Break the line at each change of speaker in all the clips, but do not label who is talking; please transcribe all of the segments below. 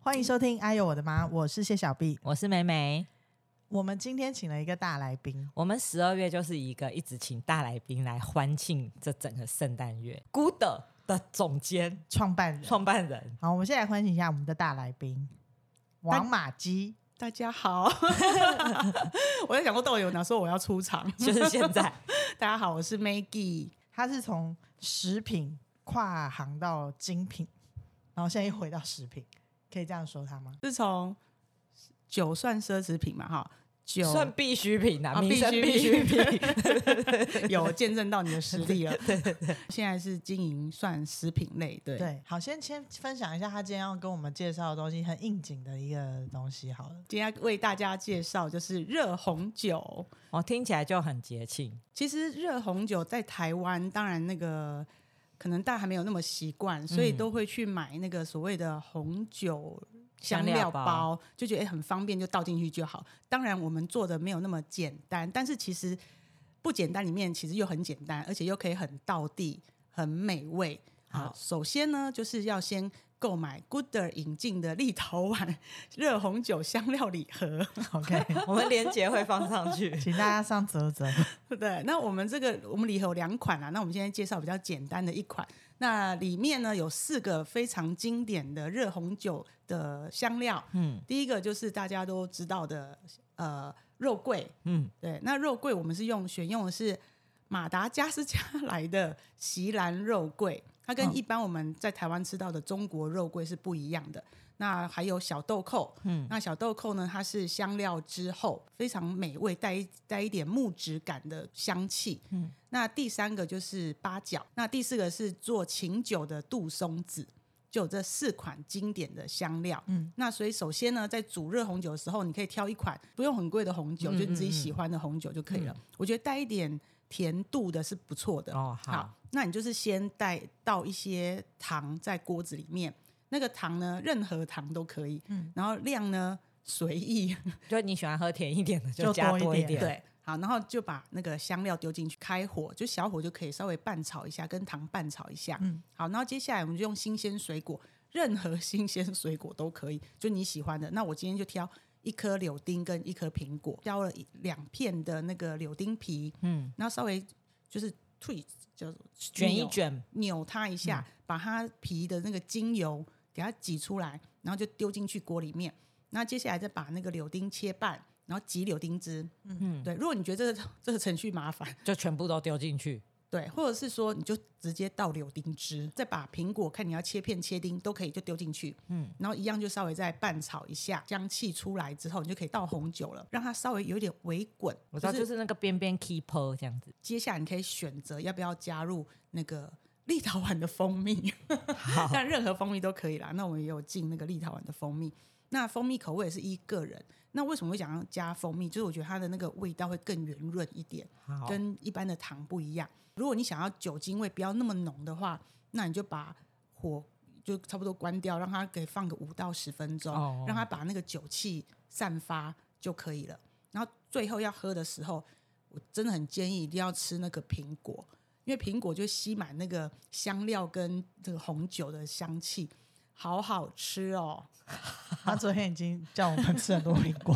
欢迎收听《哎呦我的妈》，我是谢小 B。
我是梅梅。
我们今天请了一个大来宾，
我们十二月就是一个一直请大来宾来欢庆这整个圣诞月。Good 的总监、
创办人。
创 办人，
好，我们先来欢迎一下我们的大来宾王马基。
大家好， 我在想过豆友哪说我要出场。
就是现在
大家好，我是 Maggie。
他是从食品跨行到精品，然后现在又回到食品，可以这样说他吗？
自从酒算奢侈品嘛，哈，酒
算必需品啊，
啊
民生必
必
需
需
品。
有见证到你的实力 了。现在是经营算食品类，对
对，好，先先分享一下他今天要跟我们介绍的东西，很应景的一个东西。好了，
今天要为大家介绍就是热红酒。
我哦听起来就很节庆，
其实热红酒在台湾，当然那个可能大家还没有那么习惯，所以
嗯
都会去买那个所谓的红酒香
料
料包，就觉得、诶哎很方便，就倒进去就好。当然，我们做的没有那么简单，但是其实不简单里面其实又很简单，而且又可以很道地、很美味。
好
好，首先呢，就是要先购买 Gooder 引进的立陶宛 热红酒香料礼盒。
OK，。
我们连结会放上去
请大家上泽泽。
对，那我们这个我们里头有两款啊，那我们今天介绍比较简单的一款，那里面呢有四个非常经典的热红酒的香料，
嗯
嗯，第一个就是大家都知道的呃肉桂，
嗯，
对，那肉桂我们是用选用的是马达加斯加 来的席兰肉桂，它跟一般我们在台湾吃到的中国肉桂是不一样的。那还有小豆蔻，嗯，那小豆蔻呢，它是香料之后非常美味，带一带一点木质感的香气。嗯，那第三个就是八角，那第四个是做琴酒的杜松子。就有这四款经典的香料，嗯，那所以首先呢，在煮热红酒的时候，你可以挑一款不用很贵的红酒，就你自己喜欢的红酒就可以了。我觉得带一点甜度的是不错的
哦好
那你就是先带到一些糖在锅子里面，那个糖呢，任何糖都可以，嗯，然后量呢随意，
就你喜欢喝甜一点的，
就
加
多一
多一
点
点。，
对，好，然后就把那个香料丢进去，开火，就小火就可以稍微拌炒一下，跟糖拌炒一下。嗯，好，然后接下来我们就用新鲜水果，任何新鲜水果都可以，就你喜欢的。那我今天就挑一颗柳丁跟一颗苹果，挑了一两片的那个柳丁皮，嗯，然后稍微就是退，就是
卷一嗯
扭
卷，
扭它一下，把它皮的那个精油给它挤出来，然后就丢进去锅里面。那接下来再把那个柳丁切半，然后挤柳丁汁。嗯，对。如果你觉得这个这个程序麻烦，
就全部都丢进去。
对，或者是说你就直接倒柳丁汁，再把苹果看你要切片切丁都可以，就丢进去，嗯，然后一样就稍微再拌炒一下，香气出来之后，你就可以倒红酒了，让它稍微有一点微滚。
我知道，
就
就是是那个边边 keeper 这样子。
接下来你可以选择要不要加入那个立陶宛的蜂蜜， 但任何蜂蜜都可以啦。那我们也有进那个立陶宛的蜂蜜，那蜂蜜口味也是依个人。那为什么会想要加蜂蜜？就是我觉得它的那个味道会更圆润一点，
好，
跟一般的糖不一样。如果你想要酒精味不要那么浓的话，那你就把火就差不多关掉，让它给放个五到十分钟，
哦
让它把那个酒气散发就可以了。然后最后要喝的时候，我真的很建议一定要吃那个苹果，因为苹果就吸满那个香料跟这个红酒的香气，好好吃哦。
他昨天已经叫我们吃很多苹 果。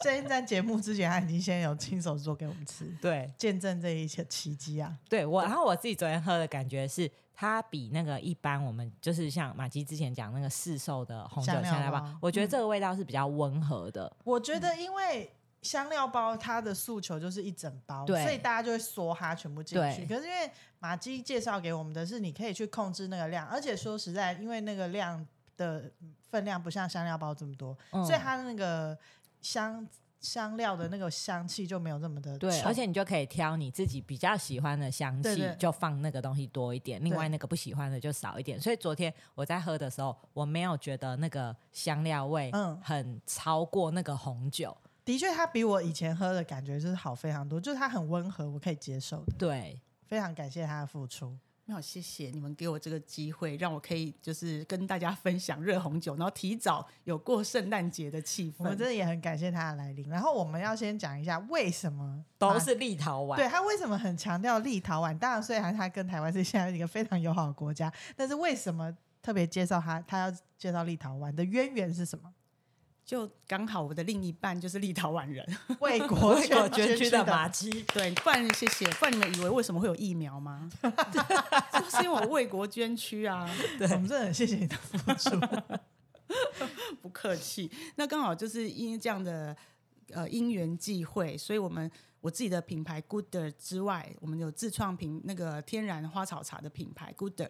今天在节目之前，他已经先有亲手做给我们吃，
对
见证这一切奇迹啊！
对，我然后我自己昨天喝的感觉是，它比那个一般我们就是像马吉之前讲那个市售的红酒
香
香
料
料包
包，
我觉得这个味道是比较温和的。
我觉得，因为香料包它的诉求就是一整包，
对
所以大家就会梭哈全部进去。
对
可是因为马基介绍给我们的是，你可以去控制那个量，而且说实在，因为那个量的分量不像香料包这么多，
嗯
所以它那个香香料的那个香气就没有那么的
对，
重
而且你就可以挑你自己比较喜欢的香
对
气
对，
就放那个东西多一点，另外那个不喜欢的就少一点。所以昨天我在喝的时候，我没有觉得那个香料味
嗯
很超过那个红酒。
的确它比我以前喝的感觉就是好非常多，就是它很温和，我可以接受的。
对，
非常感谢他的付出，
没有，谢谢你们给我这个机会，让我可以就是跟大家分享热红酒，然后提早有过圣诞节的气
我们
氛。
真的也很感谢他的来临。然后我们要先讲一下为什么
都是立陶宛。
对他为什么很强调立陶宛？当然，虽然他跟台湾是现在一个非常友好的国家，但是为什么特别介绍他，他要介绍立陶宛的渊源是什么？
就刚好我的另一半就是立陶宛人，
为国
为国捐躯
躯
的马基，
对，不然谢谢，不然你们以为为什么会有疫苗吗？ 就是因为我为国捐躯啊，
我们真的很谢谢你的付出。
不客气。那刚好就是因为这样的呃因缘际会，所以我们我自己的品牌 Gooder 之外，我们有自创品那个天然花草茶的品牌 Gooder。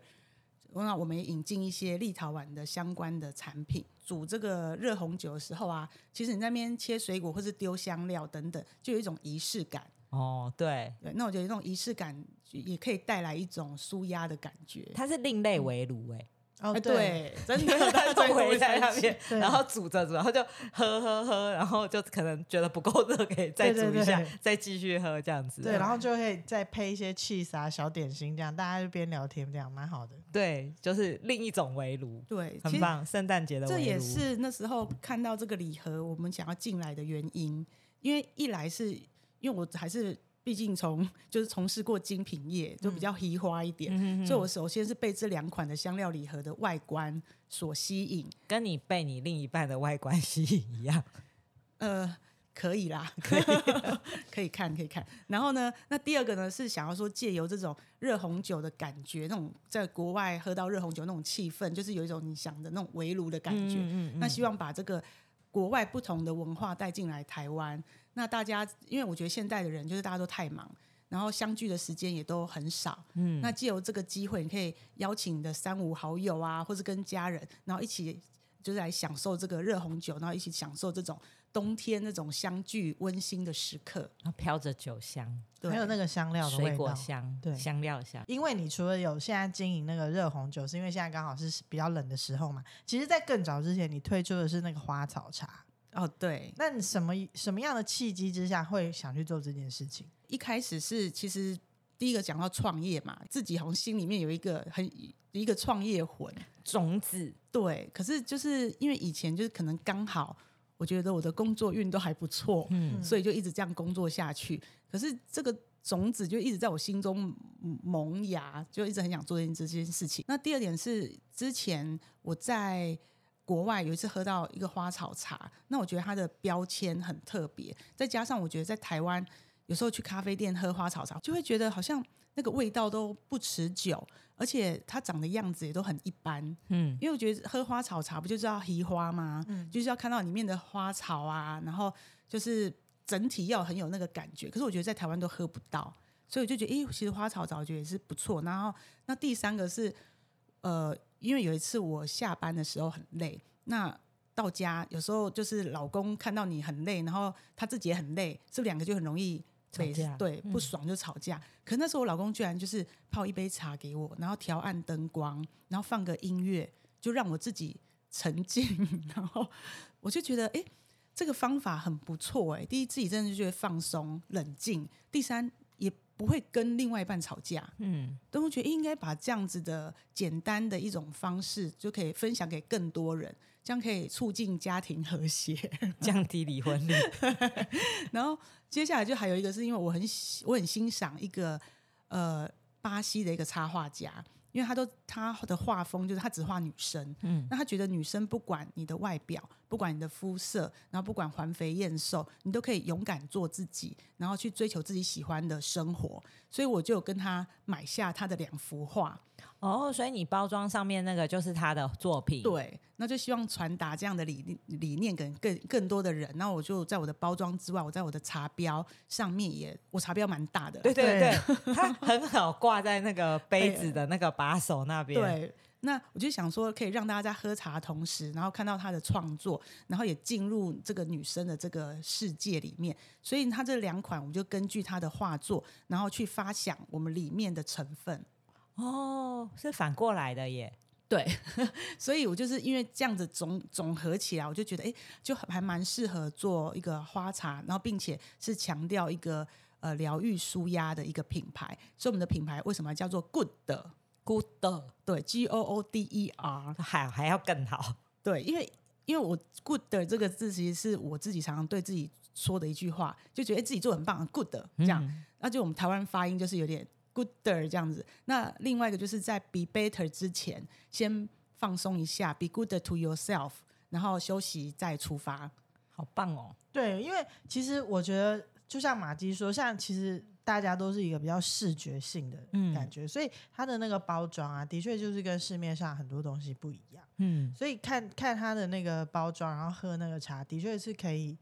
那我们也引进一些立陶宛的相关的产品，煮这个热红酒的时候啊，其实你那边切水果或是丢香料等等，就有一种仪式感。
哦，对，
对，那我觉得那种仪式感也可以带来一种舒压的感觉。
它是另类围炉哎，
哦，
哎，
对，
对， 真的，他
都围在那边，
对
然后煮着煮，然后就喝喝喝，然后就可能觉得不够热，可以再
对对
煮一下
对，
再继续喝这样子。
对，然后就可以再配一些 cheese 啊、小点心这样，大家就边聊天这样，蛮好的。
对，就是另一种围炉，
对，其
很
实
棒。圣诞节的围
这
炉
也是那时候看到这个礼盒，我们想要进来的原因。因为一来是因为我还是毕竟从就是从事过精品业，就比较移花一点，
嗯嗯哼哼
所以我首先是被这两款的香料礼盒的外观所吸引。
跟你被你另一半的外观 吸引一样。
呃，可以啦，可以，可以看，可以看。然后呢，那第二个呢是想要说借由这种热红酒的感觉，那种在国外喝到热红酒那种气氛，就是有一种你想的那种围炉的感觉。
嗯
那希望把这个国外不同的文化带进来台湾。那大家，因为我觉得现代的人就是大家都太忙，然后相聚的时间也都很少。
嗯
那借由这个机会，你可以邀请你的三五好友啊，或是跟家人，然后一起就是来享受这个热红酒，然后一起享受这种冬天那种相聚温馨的时刻。
然后飘着酒香、
对，
还有那个香料的
水
味
果
道。
香、
对
香料香。
因为你除了有现在经营那个热红酒，是因为现在刚好是比较冷的时候嘛。其实，在更早之前，你推出的是那个花草茶。
哦，对，
那你什么什么样的契机之下会想去做这件事情？
一开始是其实第一个讲到创业嘛，自己好像心里面有一个很一个创业魂。
种子，
对，可是就是因为以前就是可能刚好，我觉得我的工作运都还不错，
嗯，
所以就一直这样工作下去。可是这个种子就一直在我心中嗯萌芽，就一直很想做这件这件事情。那第二点是，之前我在国外有一次喝到一个花草茶，那我觉得它的标签很特别，再加上我觉得在台湾有时候去咖啡店喝花草茶，就会觉得好像那个味道都不持久，而且它长的样子也都很一般。
嗯，
因为我觉得喝花草茶不就是要提花吗？就是要看到里面的花草啊，然后就是整体要很有那个感觉。可是我觉得在台湾都喝不到，所以我就觉得，诶，其实花草茶我觉得也是不错。然后那第三个是，呃，因为有一次我下班的时候很累，那。到家有时候就是老公看到你很累，然后他自己也很累，是不是两个就很容易
吵
被
架嗯
对，不爽就吵架。可那时候我老公居然就是泡一杯茶给我，然后调暗灯光，然后放个音乐，就让我自己沉浸。 然后我就觉得，哎、这个方法很不错、诶哎，第一，自己真的就觉得放松、冷静；第三，也不会跟另外一半吵架。
嗯，
但我觉得应该把这样子的简单的一种方式，就可以分享给更多人，这样可以促进家庭和谐。
降低离婚 率，
然后接下来就还有一个是因为我很喜我很欣赏一个呃巴西的一个插画家，因为他都他的画风就是他只画女生，嗯，那他觉得女生不管你的外表，不管你的肤色，然后不管环肥燕瘦，你都可以勇敢做自己，然后去追求自己喜欢的生活。所以我就有跟他买下他的两幅画，
哦，所以你包装上面那个就是他的作品，，
对，那就希望传达这样的理念理念给更更多的人。那我就在我的包装之外，我在我的茶标上面也，我茶标蛮大的，
对对
对
对，它很好挂在那个杯子的那个把手那边，，
对，那我就想说，可以让大家在喝茶的同时，然后看到她的创作，然后也进入这个女生的这个世界里面。所以，她这两款，我们就根据她的画作，然后去发想我们里面的成分。
哦，是反过来的耶，
对， 所以我就是因为这样子总总合起来，我就觉得，哎，就还蛮适合做一个花茶，然后并且是强调一个呃疗愈舒压的一个品牌。所以我们的品牌为什么叫做 Good 的？
Good，的
对，G O O D E R。
还还要更好，
对，因为因为我 good 的这个字，其实是我自己常常对自己说的一句话，就觉得、诶自己做得很棒，good 的这
嗯
样。那就我们台湾发音就是有点 gooder 这样子。那另外一个就是在 be better 之前，先放松一下，be good to yourself，然后休息再出发。
好棒哦！
对，因为其实我觉得，就像马姬说，像其实大家都是一个比较视觉性的
嗯
感觉，所以它的那个包装啊，的确就是跟市面上很多东西不一样。
嗯，
所以看看它的那个包装，然后喝那个茶，的确是可以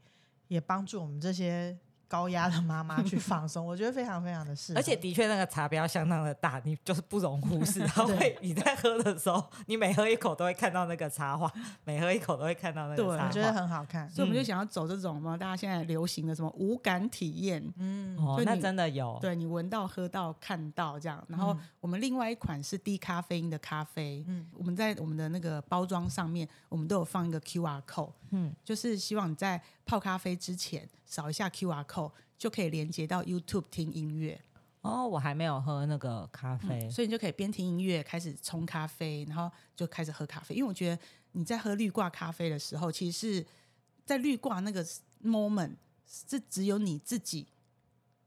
也帮助我们这些高压的妈妈去放松，我觉得非常非常的适合。
而且的确那个茶标相当的大，你就是不容忽视。它会你在喝的时候，你每喝一口都会看到那个茶花，每喝一口都会看到那个
对
茶
我觉得
花。
很好看。
所以我们就想要走这种嘛，大家现在流行的什么无感体验，
嗯，
哦
所，以
那
你
真的有，
对你闻到、喝到、看到这样。然后我们另外一款是低咖啡因的咖啡，
嗯
嗯，我们在我们的那个包装上面，我们都有放一个 QR code，
嗯
嗯，就是希望你在泡咖啡之前扫一下 QR code，就可以连接到 YouTube 听音乐，
哦，我还没有喝那个咖啡，
所以你就可以边听音乐开始冲咖啡，然后就开始喝咖啡。因为我觉得你在喝绿挂咖啡的时候，其实是在绿挂那个 moment 是只有你自己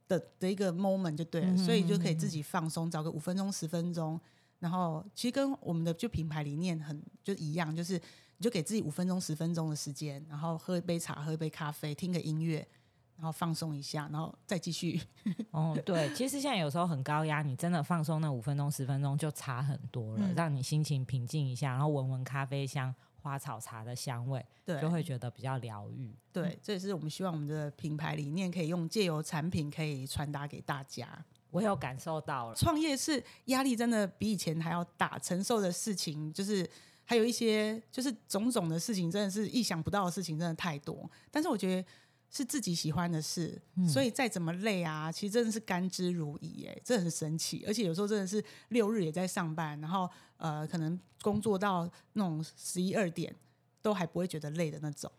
的的一个 moment 就对了，
嗯
所以就可以自己放松，找个五分钟十分钟。然后其实跟我们的就品牌理念很就一样，就是你就给自己五分钟十分钟的时间，然后喝一杯茶，喝一杯咖啡，听个音乐，然后放松一下，然后再继续。
哦，对，其实现在有时候很高压，你真的放松那五分钟、十分钟就差很多了，
嗯
让你心情平静一下，然后闻闻咖啡香、花草茶的香味，
对，
就会觉得比较疗愈。
对，这也是我们希望我们的品牌理念可以用借由产品可以传达给大家。
我有感受到了，
创业是压力真的比以前还要大，承受的事情就是还有一些就是种种的事情，真的是意想不到的事情，真的太多。但是我觉得是自己喜欢的事，
嗯
所以再怎么累啊，其实真的是甘之如饴，哎，这很神奇。而且有时候真的是六日也在上班，然后呃，可能工作到那种十一二点都还不会觉得累的那种。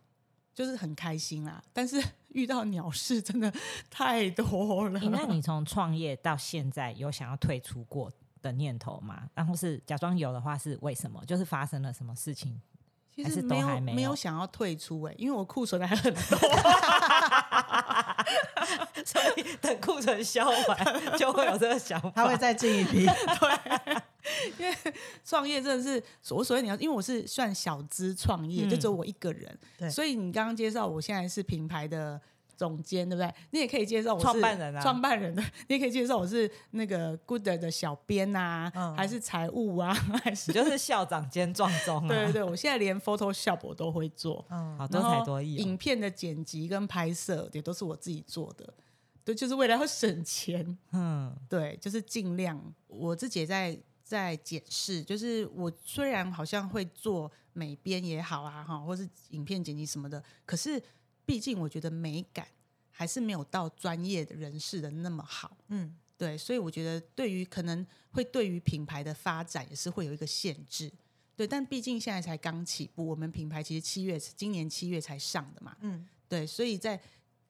就是很开心啦，但是 遇到鸟事真的太多了。
诶那你从创业到现在有想要退出过的念头吗？然后是假装有的话是为什么？就是发生了什么事情？
其
还
实
是都
没有
还没有
有想要退出哎、因为我库存还很多，
所以等库存消 完就会有这个想法。
他会再进 一批，
创业真的是我所谓你要，因为我是算小资创业，
嗯
就只有我一个人，
对
所以你刚刚介绍我现在是品牌的。总监对不对？你也可以介绍我是
创办人啊
创办人的，你也可以介绍我是那个 Good 的小编啊，
嗯
还是财务啊，还是
你就是校长兼撞钟啊，
对对对，我现在连 Photoshop 我都会做，
嗯，
好多
然后
哦才多艺哦、
影片的剪辑跟拍摄也都是我自己做的，对，就是为了要省钱。
嗯，
对，就是尽量我自己也在在检视，就是我虽然好像会做美编也好啊，哈，或是影片剪辑什么的，可是毕竟我觉得美感还是没有到专业的人士的那么好。
嗯，
对，所以我觉得对于可能会对于品牌的发展也是会有一个限制。对，但毕竟现在才刚起步，我们品牌其实七月今年七月才上的嘛，
嗯，
对，所以在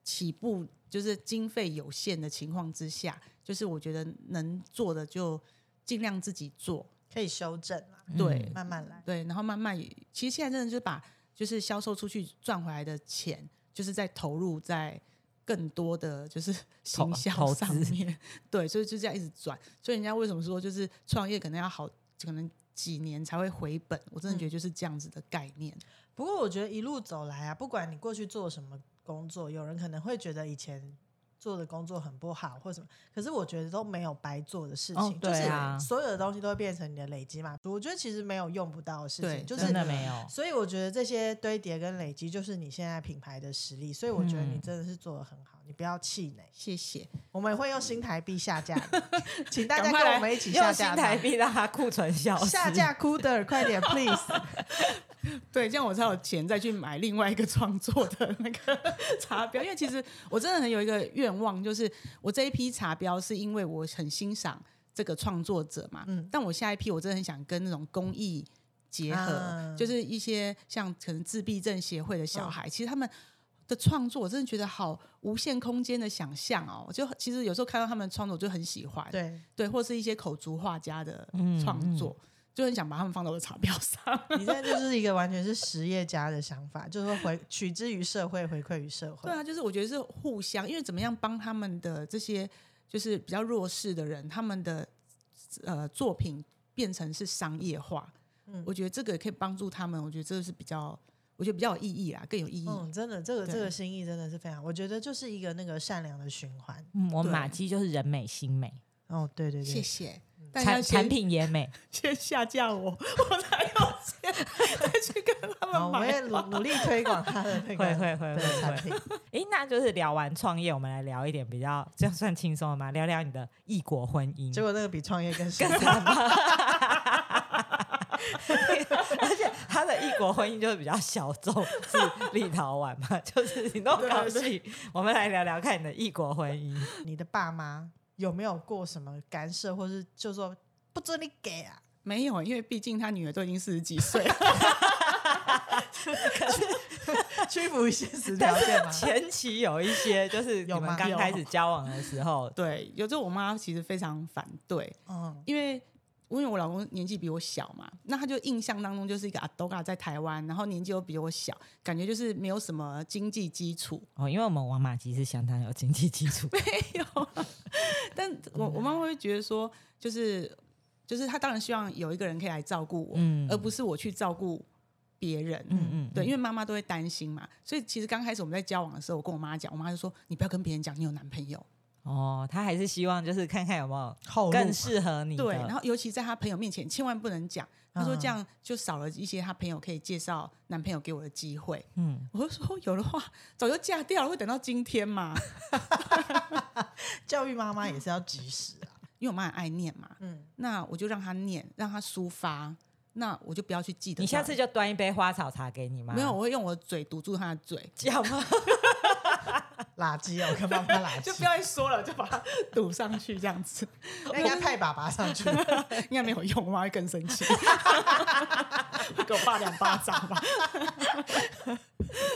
起步就是经费有限的情况之下，就是我觉得能做的就尽量自己做，
可以修正啦，
对，
嗯
慢慢来。
对，然后慢慢，其实现在真的就是把就是销售出去赚回来的钱，就是在投入在更多的就是
投
行销
投
上
资
面，对，所以就这样一直转。所以人家为什么说就是创业可能要好，可能几年才会回本？我真的
嗯
觉得就是这样子的概念。
不过我觉得一路走来啊，不管你过去做什么工作，有人可能会觉得以前做的工作很不好或什么，可是我觉得都没有白做的事情，
哦对啊
就是所有的东西都会变成你的累积嘛。我觉得其实没有用不到的事
对
情，就是
真的没有。
所以我觉得这些堆叠跟累积就是你现在品牌的实力，所以我觉得你
嗯
真的是做的很好，你不要气馁。
谢谢，
我们也会用新台币下架 你，请大家
赶快来
跟我们一起下架
用新
吧
台币让它库存消失，
下架 Cooder，快点 please。
对，这样我才有钱再去买另外一个创作的那个 茶标。因为其实我真的很有一个愿望，就是我这一批茶标是因为我很欣赏这个创作者嘛，
嗯
但我下一批我真的很想跟那种公益结合，
啊嗯
就是一些像可能自闭症协会的小孩，其实他们。的创作，我真的觉得好无限空间的想象哦！我就其实有时候看到他们的创作，我就很喜欢，
对
对，或是一些口足画家的
嗯
创作，就很想把他们放到我的茶标上。
你现在就是一个完全是实业家的想法，就是说回取之于社会，回馈于社会
对。啊，就是我觉得是互相，因为怎么样帮他们的这些就是比较弱势的人，他们的呃作品变成是商业化，我觉得这个也可以帮助他们，我觉得这个是比较，我觉得比较有意义啦，更有意义。
嗯，真的，这个这
对
个心意真的是非常，我觉得就是一个那个善良的循环。
嗯，我
对
马姬就是人美心美，
哦，对对
谢
对，
谢，大家
产
先
产品也美。
先下架我， 我才有钱再去跟他
好，
哦
们
我们
买
也。努努力推广它的 那个
会会会
对
会
产
会
品。
诶，那就是聊完创业，我们来聊一点比较，这样算轻松了吗？聊聊你的异国婚 姻。
结果那个比创业更更
而且他的异国婚姻就是比较小众，是立陶宛嘛， 就是你都高兴。我们来聊聊看你的异国婚姻。
你的爸妈有没有过什么干涉，或是就说不准你给啊？
没有，因为毕竟他女儿都已经四十几岁了，
屈服于现 实条
但
件吗
是？前期有一些，就是你
有
们
吗
刚
有
开始交往的时候，
对，有时候我妈其实非常反对，
嗯，
因为因为我老公年纪比我小嘛，那他就印象当中就是一个阿斗嘎在台湾，然后年纪又比我小，感觉就是没有什么经济基础。
哦，因为我们王马吉是相当有经济基础，
但我
嗯
我妈妈会觉得说，就是就是她当然希望有一个人可以来照顾我，
嗯
而不是我去照顾别人。
嗯嗯
对，因为妈妈都会担心嘛，所以其实刚开始我们在交往的时候，我跟我妈讲，我妈就说：“你不要跟别人讲你有男朋友。
哦，他还是希望就是看看有没有
后路
更适合”你的。
哦
嗯
对，然后尤其在她朋友面前，千万不能讲。她说这样就少了一些她朋友可以介绍男朋友给我的机会。
嗯，
我就说有的话早就嫁掉了，会等到今天嘛？
教育妈妈也是要及时啊。
因为我妈很爱念嘛，
嗯，
那我就让她念，让她抒发，那我就不要去记得她。
你下次就端一杯花草茶给你吗？
没有，我会用我的嘴堵住她的 嘴，
讲吗？
垃圾哦，我跟妈妈垃圾，
就不要再说了，就把它堵上去这 样子，
那应该派爸爸上 去。
应该没有用，我妈会更生 气，会给我爸两巴掌吧。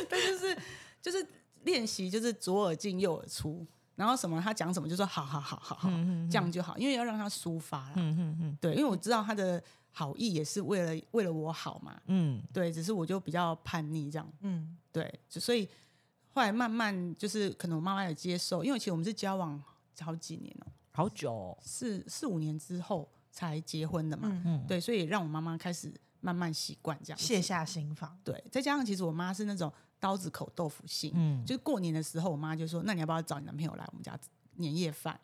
但就是就是练习，就是左耳进右耳出，然后什么她讲什么就说好好好好好，这样就好，因为要让她抒发啦。
嗯嗯嗯
对，因为我知道他的好意也是为了为了我好嘛，
嗯，
对，只是我就比较叛逆这样，
嗯，
对，就所以后来慢慢就是可能我妈妈有接受，因为其实我们是交往好几年哦、
好久、哦。
四四五年之后才结婚的嘛，
嗯
嗯
对，所以让我妈妈开始慢慢习惯这 样，
卸下心防。
对，再加上其实我妈是那种刀子口豆腐心，
嗯，
就是过年的时候，我妈就说：“那你要不要找你男朋友来我们家吃年夜饭？”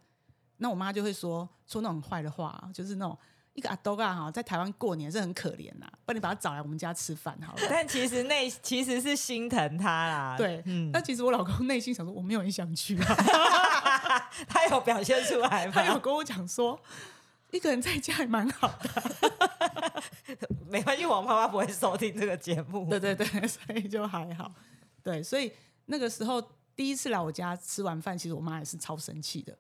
那我妈就会说说那种坏的话，啊就是那种一个阿多嘎哈，在台湾过年是很可怜呐、不然你把他找来我们家吃 饭好了。
但其实内其实是心疼他啦。
对，
嗯，
但其实我老公内心想说我没有很想去啊，
他有表现出来
他有
吗？
跟我讲说一个人在家也蛮好的，
没关系，我妈妈不会收听这个节 目。
对对对，所以就还好。对，所以那个时候第一次来我家吃完饭，其实我妈也是超生气的。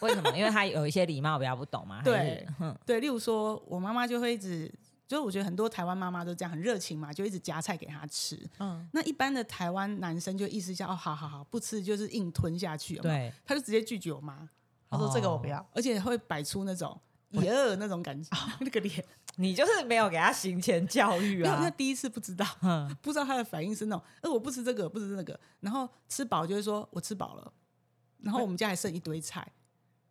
为什么？因为他有一些礼貌比较不懂嘛。
对
还是，嗯
对，例如说我妈妈就会一直，就是我觉得很多台湾妈妈都这样，很热情嘛，就一直夹菜给她吃。
嗯，
那一般的台湾男生就意思一下，哦，好好好，不吃就是硬吞下去，有没有，
对，
他就直接拒绝我妈，
他说这个我不 要。
而且会摆出那种耶呃那种感觉，
啊
那个脸，
你就是没有给他行前教育
因为他
啊。
第一次不知道，
嗯，
不知道他的反应是那种，呃，我不吃这个，不吃那个，然后吃饱就会说我吃饱了，然后我们家还剩一堆菜，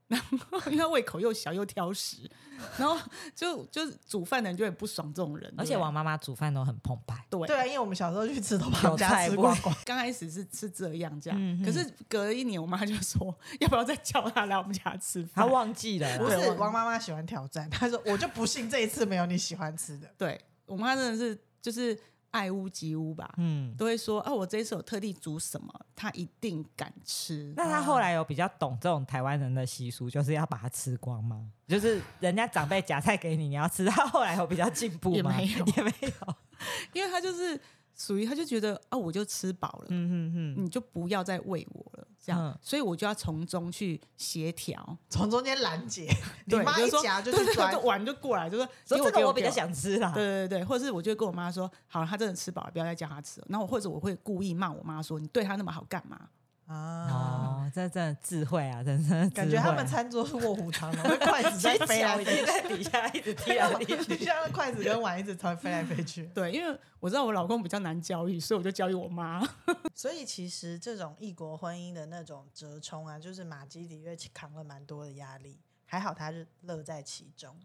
然后因为他胃口又小又挑食，然后就就是煮饭的人就很不爽这种人，
而且
对不对哎
王妈妈煮饭都很澎湃。
对
对啊，因为我们小时候去吃都把我们家吃光 光。
刚开始是是这样这样，
嗯嗯
可是隔了一年，我妈就说 要不要再叫她来我们家吃
他
饭？
忘记了
不
啦，
是王妈妈喜欢挑战，她说我就不信这一次没有你喜欢吃的。
对我妈真的是就是爱屋及乌吧，
嗯，
都会说啊，我这一次有特地煮什么，她一定敢 吃。
那他后
啊
来有比较懂这种台湾人的习俗，就是要把它吃光吗？就是人家长辈夹菜给你，你要吃。他后来有比较进步
也
吗？
没有
也没有。
因为她就是属于她就觉得啊，我就吃饱了，
嗯嗯嗯，
你就不要再喂我了，这样，
嗯
所以我就要从中去协调。
从中间拦 截，你
对，
妈一
是说
夹就
对
去
对
抓
对，碗就过来，就说
所以
给我
这
给
个
我
我比较
给我
想吃
啊
啦。
对对对，或者是我就会跟我妈说，好了，她真的吃饱了，不要再叫她吃了。然后我或者我会故意骂我妈说，你对她那么好干嘛？
啊。
哦，这真的智慧啊，真的
感觉他们 餐桌是卧虎藏龙，会筷 子在飞来
脚已
飞
经
去，
在底下一直踢 来踢去。
像筷子跟碗一直朝飞来飞去。
对，因为我知道我老公比较难教育，所以我就教育我妈。
所以其实这种异国婚姻的那种折冲啊，就是马基的确扛了蛮多的压力，还好他是乐在其中。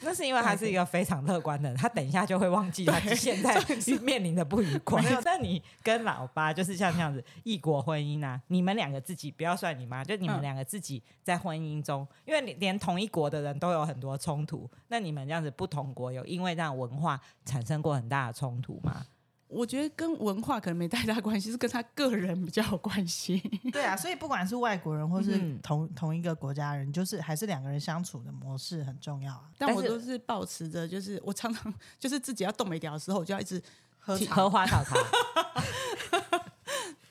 那是因为他是一个非常乐观的人，他等一下就会忘记他现 在面临的不愉快。那你跟老爸就是像这样子异国婚姻啊，你们两个自己不要算你妈，就你们
嗯
两个自己在婚姻中，因为你连同一国的人都有很多冲突，那你们这样子不同国有因为这样文化产生过很大的冲突吗？
我觉得跟文化可能没太大关系，是跟他个人比较有关系。
对啊，所以不管是外国人或是
嗯
同、同一个国家人，就是还是两个人相处的模式很重要啊。
但
但
我
是
都是保持着，就是我常 常就是自己要动没掉的时候，我就要一直
喝
提
茶
喝花草 茶，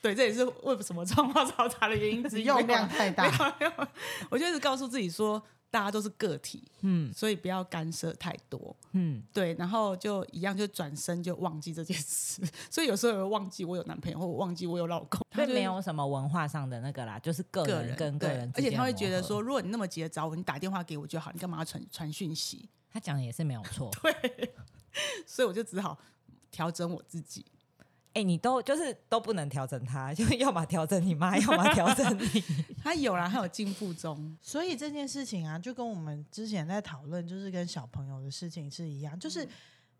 对，这也是为什么创花草茶的原因之 一。
用量太大
没，有没有，没有我就一直告诉自己说，大家都是个体，
嗯
所以不要干涉太多。
嗯，
对，然后就一样就转身就忘记这件事， 所以有时候也会忘记我有男朋友，或我忘记我有老公，
所以
就是
没有什么文化上的那个啦，就是个
个
人
人
跟个
对
人之
而
间
且
的磨合，
他会觉得说，如果你那么急着找我，你打电话给我就好，你干嘛要传传讯息？
他讲的也是没有错。
所以我就只好调整我自己。
哎、你都就是都不能调整他，就要么调整你妈，要么调整你。
他有啦，他有进步
嗯
中，
所以这件事情啊，就跟我们之前在讨论，就是跟小朋友的事情是一样，
嗯
就是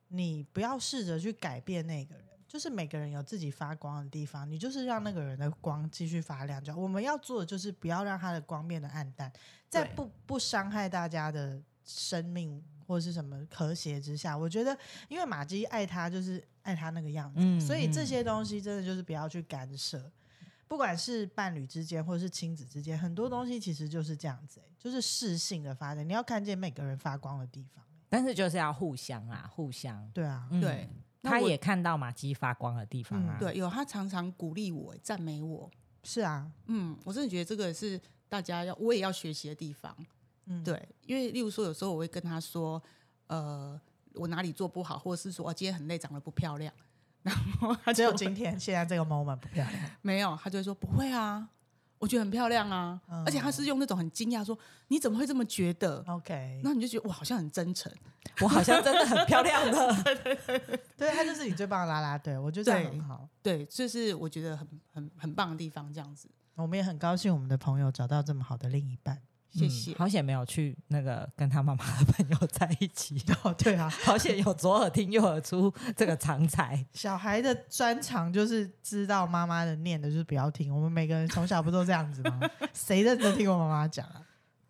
你不要试着去改变那个人，就是每个人有自己发光的地方，你就是让那个人的光继续发亮就好。我们要做的就是不要让他的光变得暗淡，在
对
不不伤害大家的生命或是什么和谐之下，我觉得因为马基爱他就是爱他那个样子，
嗯
所以这
嗯
些东西真的就是不要去干涉。不管是伴侣之间，或是亲子之间，很多东西其实就是这样子、欸，就是适性的发展。你要看见每个人发光的地方。
但是就是要互相啊，互相。
对啊，
嗯
对，那
他
我
也看到马基发光的地方啊。
嗯
对，有他常常鼓励我，赞美我。
是啊，
嗯，我真的觉得这个是大家要，我也要学习的地方。
嗯，，
对，因为例如说，有时候我会跟他说，呃，我哪里做不好，或者是说，哦，今天很累，长得不漂亮。然后他
只有
就会
今天现在这个 moment 不漂亮。
没有，他就会说不会啊，我觉得很漂亮啊，
嗯
而且他是用那种很惊讶说，你怎么会这么觉得？
嗯
OK，
那你就觉得我好像很真诚，
我好像真的很漂亮的。
对他就是你最棒的啦啦队，我觉得这样很好。
对，这是我觉得很很很棒的地方，这样子，
我们也很高兴我们的朋友找到这么好的另一半。
谢
嗯
谢。
好险没有去那个跟他妈妈的朋友在一 起，
哦，对啊，
好险有左耳听右耳出这个常才。
小孩的专长就是知道妈妈的念的，就是不要听。我们每个人从小不都这样子吗？ 谁认真听我妈妈讲啊？。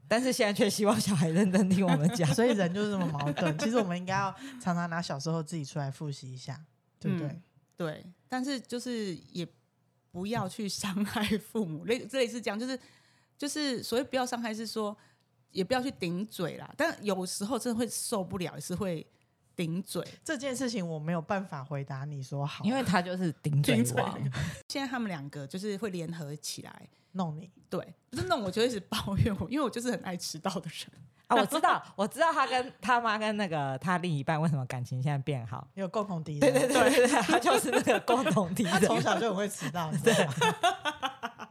但是现在却希望小孩认真听我们 讲
所以人就是这么矛盾。其实我们应该要常常拿小时候自己出来复习一下，对不对？
嗯对，但是就是也不要去伤害父母，类类似这样，就是就是所谓不要伤害，是说也不要去顶嘴啦。但有时候真的会受不了，也是会顶嘴。
这件事情我没有办法回答你说好，
因为他就是顶嘴
顶嘴
王，
现在他们两个就是会联合起来，
弄你
对，不是弄我就一直抱怨我，因为我就是很爱迟到的人。
啊，我知道，我知道他跟他妈跟那个他另一半为什么感情现在变好。
有共同敌人。
对对对对对，他就是那个共同敌
嗯他
人。
从小就很会迟到，你知道吗？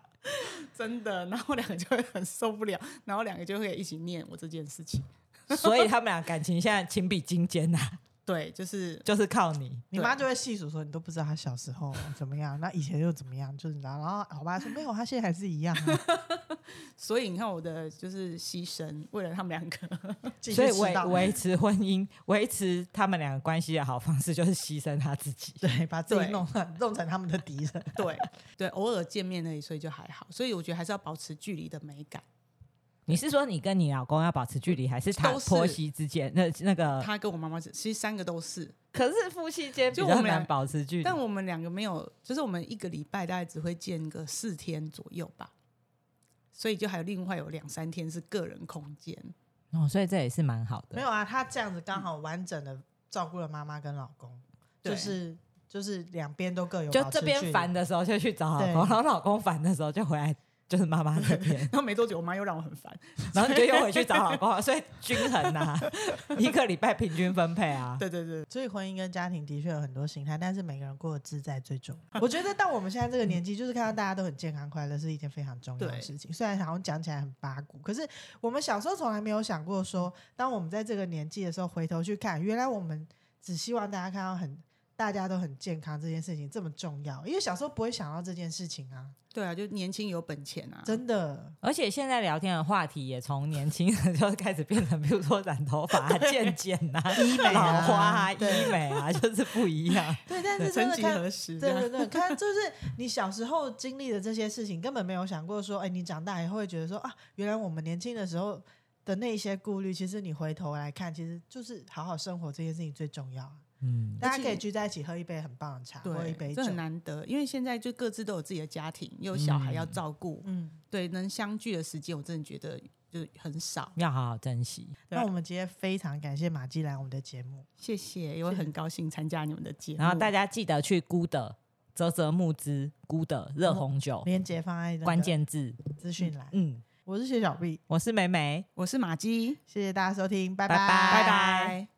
真的，然后两个就会很受不了，然后两个就会一起念我这件事情。
所以他们俩感情现在情比金坚呐、
对，就是
就是靠你。
你妈就会细数说，你都不知道他小时候怎么样，那以前又怎么样，就是你知道。然后我爸说没有，他现在还是一样、啊，
所以你看我的就是牺牲，为了他们两个。
继
所
续
以
迟
维
到。
维持婚姻、维持他们两个关系的好方式，就是牺牲他自己。
对，把自己
对
弄成弄成他们的敌人。
对对，偶尔见面而已，所以就还好。所以我觉得还是要保持距离的美感。
你是说你跟你老公要保持距离，还是他
都是
婆媳之间？那那个
他跟我妈妈是其实三个都是，
可是夫妻间比
就我
较
们俩
难保持距离
但。我们两个没有，就是我们一个礼拜大概只会见个四天左右吧。所以就还有另外有两三天是个人空间，
哦，所以这也是蛮好
没
的。
有啊，他这样子刚好完整的照顾了妈妈跟老公，就
对
是就是两边都各有
就
保持
这
距
边
离
烦的时候就去找老
对
公，然后老公烦的时候就回来。就是妈妈 这边，
然后没多久我妈又让我很烦，
然后你就又回去找老公，所以均衡 啊，一个礼拜平均分配啊。
对对对，
所以婚姻跟家庭的确有很多形态，但是每个人过得自在最重要。 我觉得到我们现在这个年纪，就是看到大家都很健康快乐是一件非常重要的
嗯对
事情。虽然好像讲起来很八股，可是我们小时候从来没有想过说，当我们在这个年纪的时候，回头去看，原来我们只希望大家看到很。大家都很健康这件事情这么重要，因为小时候不会想到这件事情啊，
对啊，就年轻有本钱啊，
真 的。
而且现在聊天的话题也从年轻人就开始变成，比如说染头发、 啊、健检啊、
医美啊
老花啊、
对
医美啊，就是不一样。
对，但是真
曾
的
几
看
何时这
对对
样，
对，看就是你小时候经历的这些事情，根本没有想过说，哎，你长大以后会觉得说啊，原来我们年轻的时候的那一些顾虑，其实你回头来看，其实就是好好生活这件事情最重要啊。
嗯，
大
而
家
且
可以聚在一起喝一杯很棒的茶，或一杯
这
酒，
很难得，因为现在就各自都有自己的家庭，也有小孩要照顾，
嗯。
对，能相聚的时间，我真的觉得就很少。
嗯
要好好珍惜。
对啊
那我们今天非常感谢马季来我们的节目，
谢谢，也会很高兴参加你们的节目。
然后大家记得去孤的泽泽募资孤的热红
哦
酒、
连接放在那个
关键字。
资讯栏。
嗯，
我是谢小碧，
我是美美，
我是马姬，
谢谢大家收听，拜
拜
拜
拜
拜拜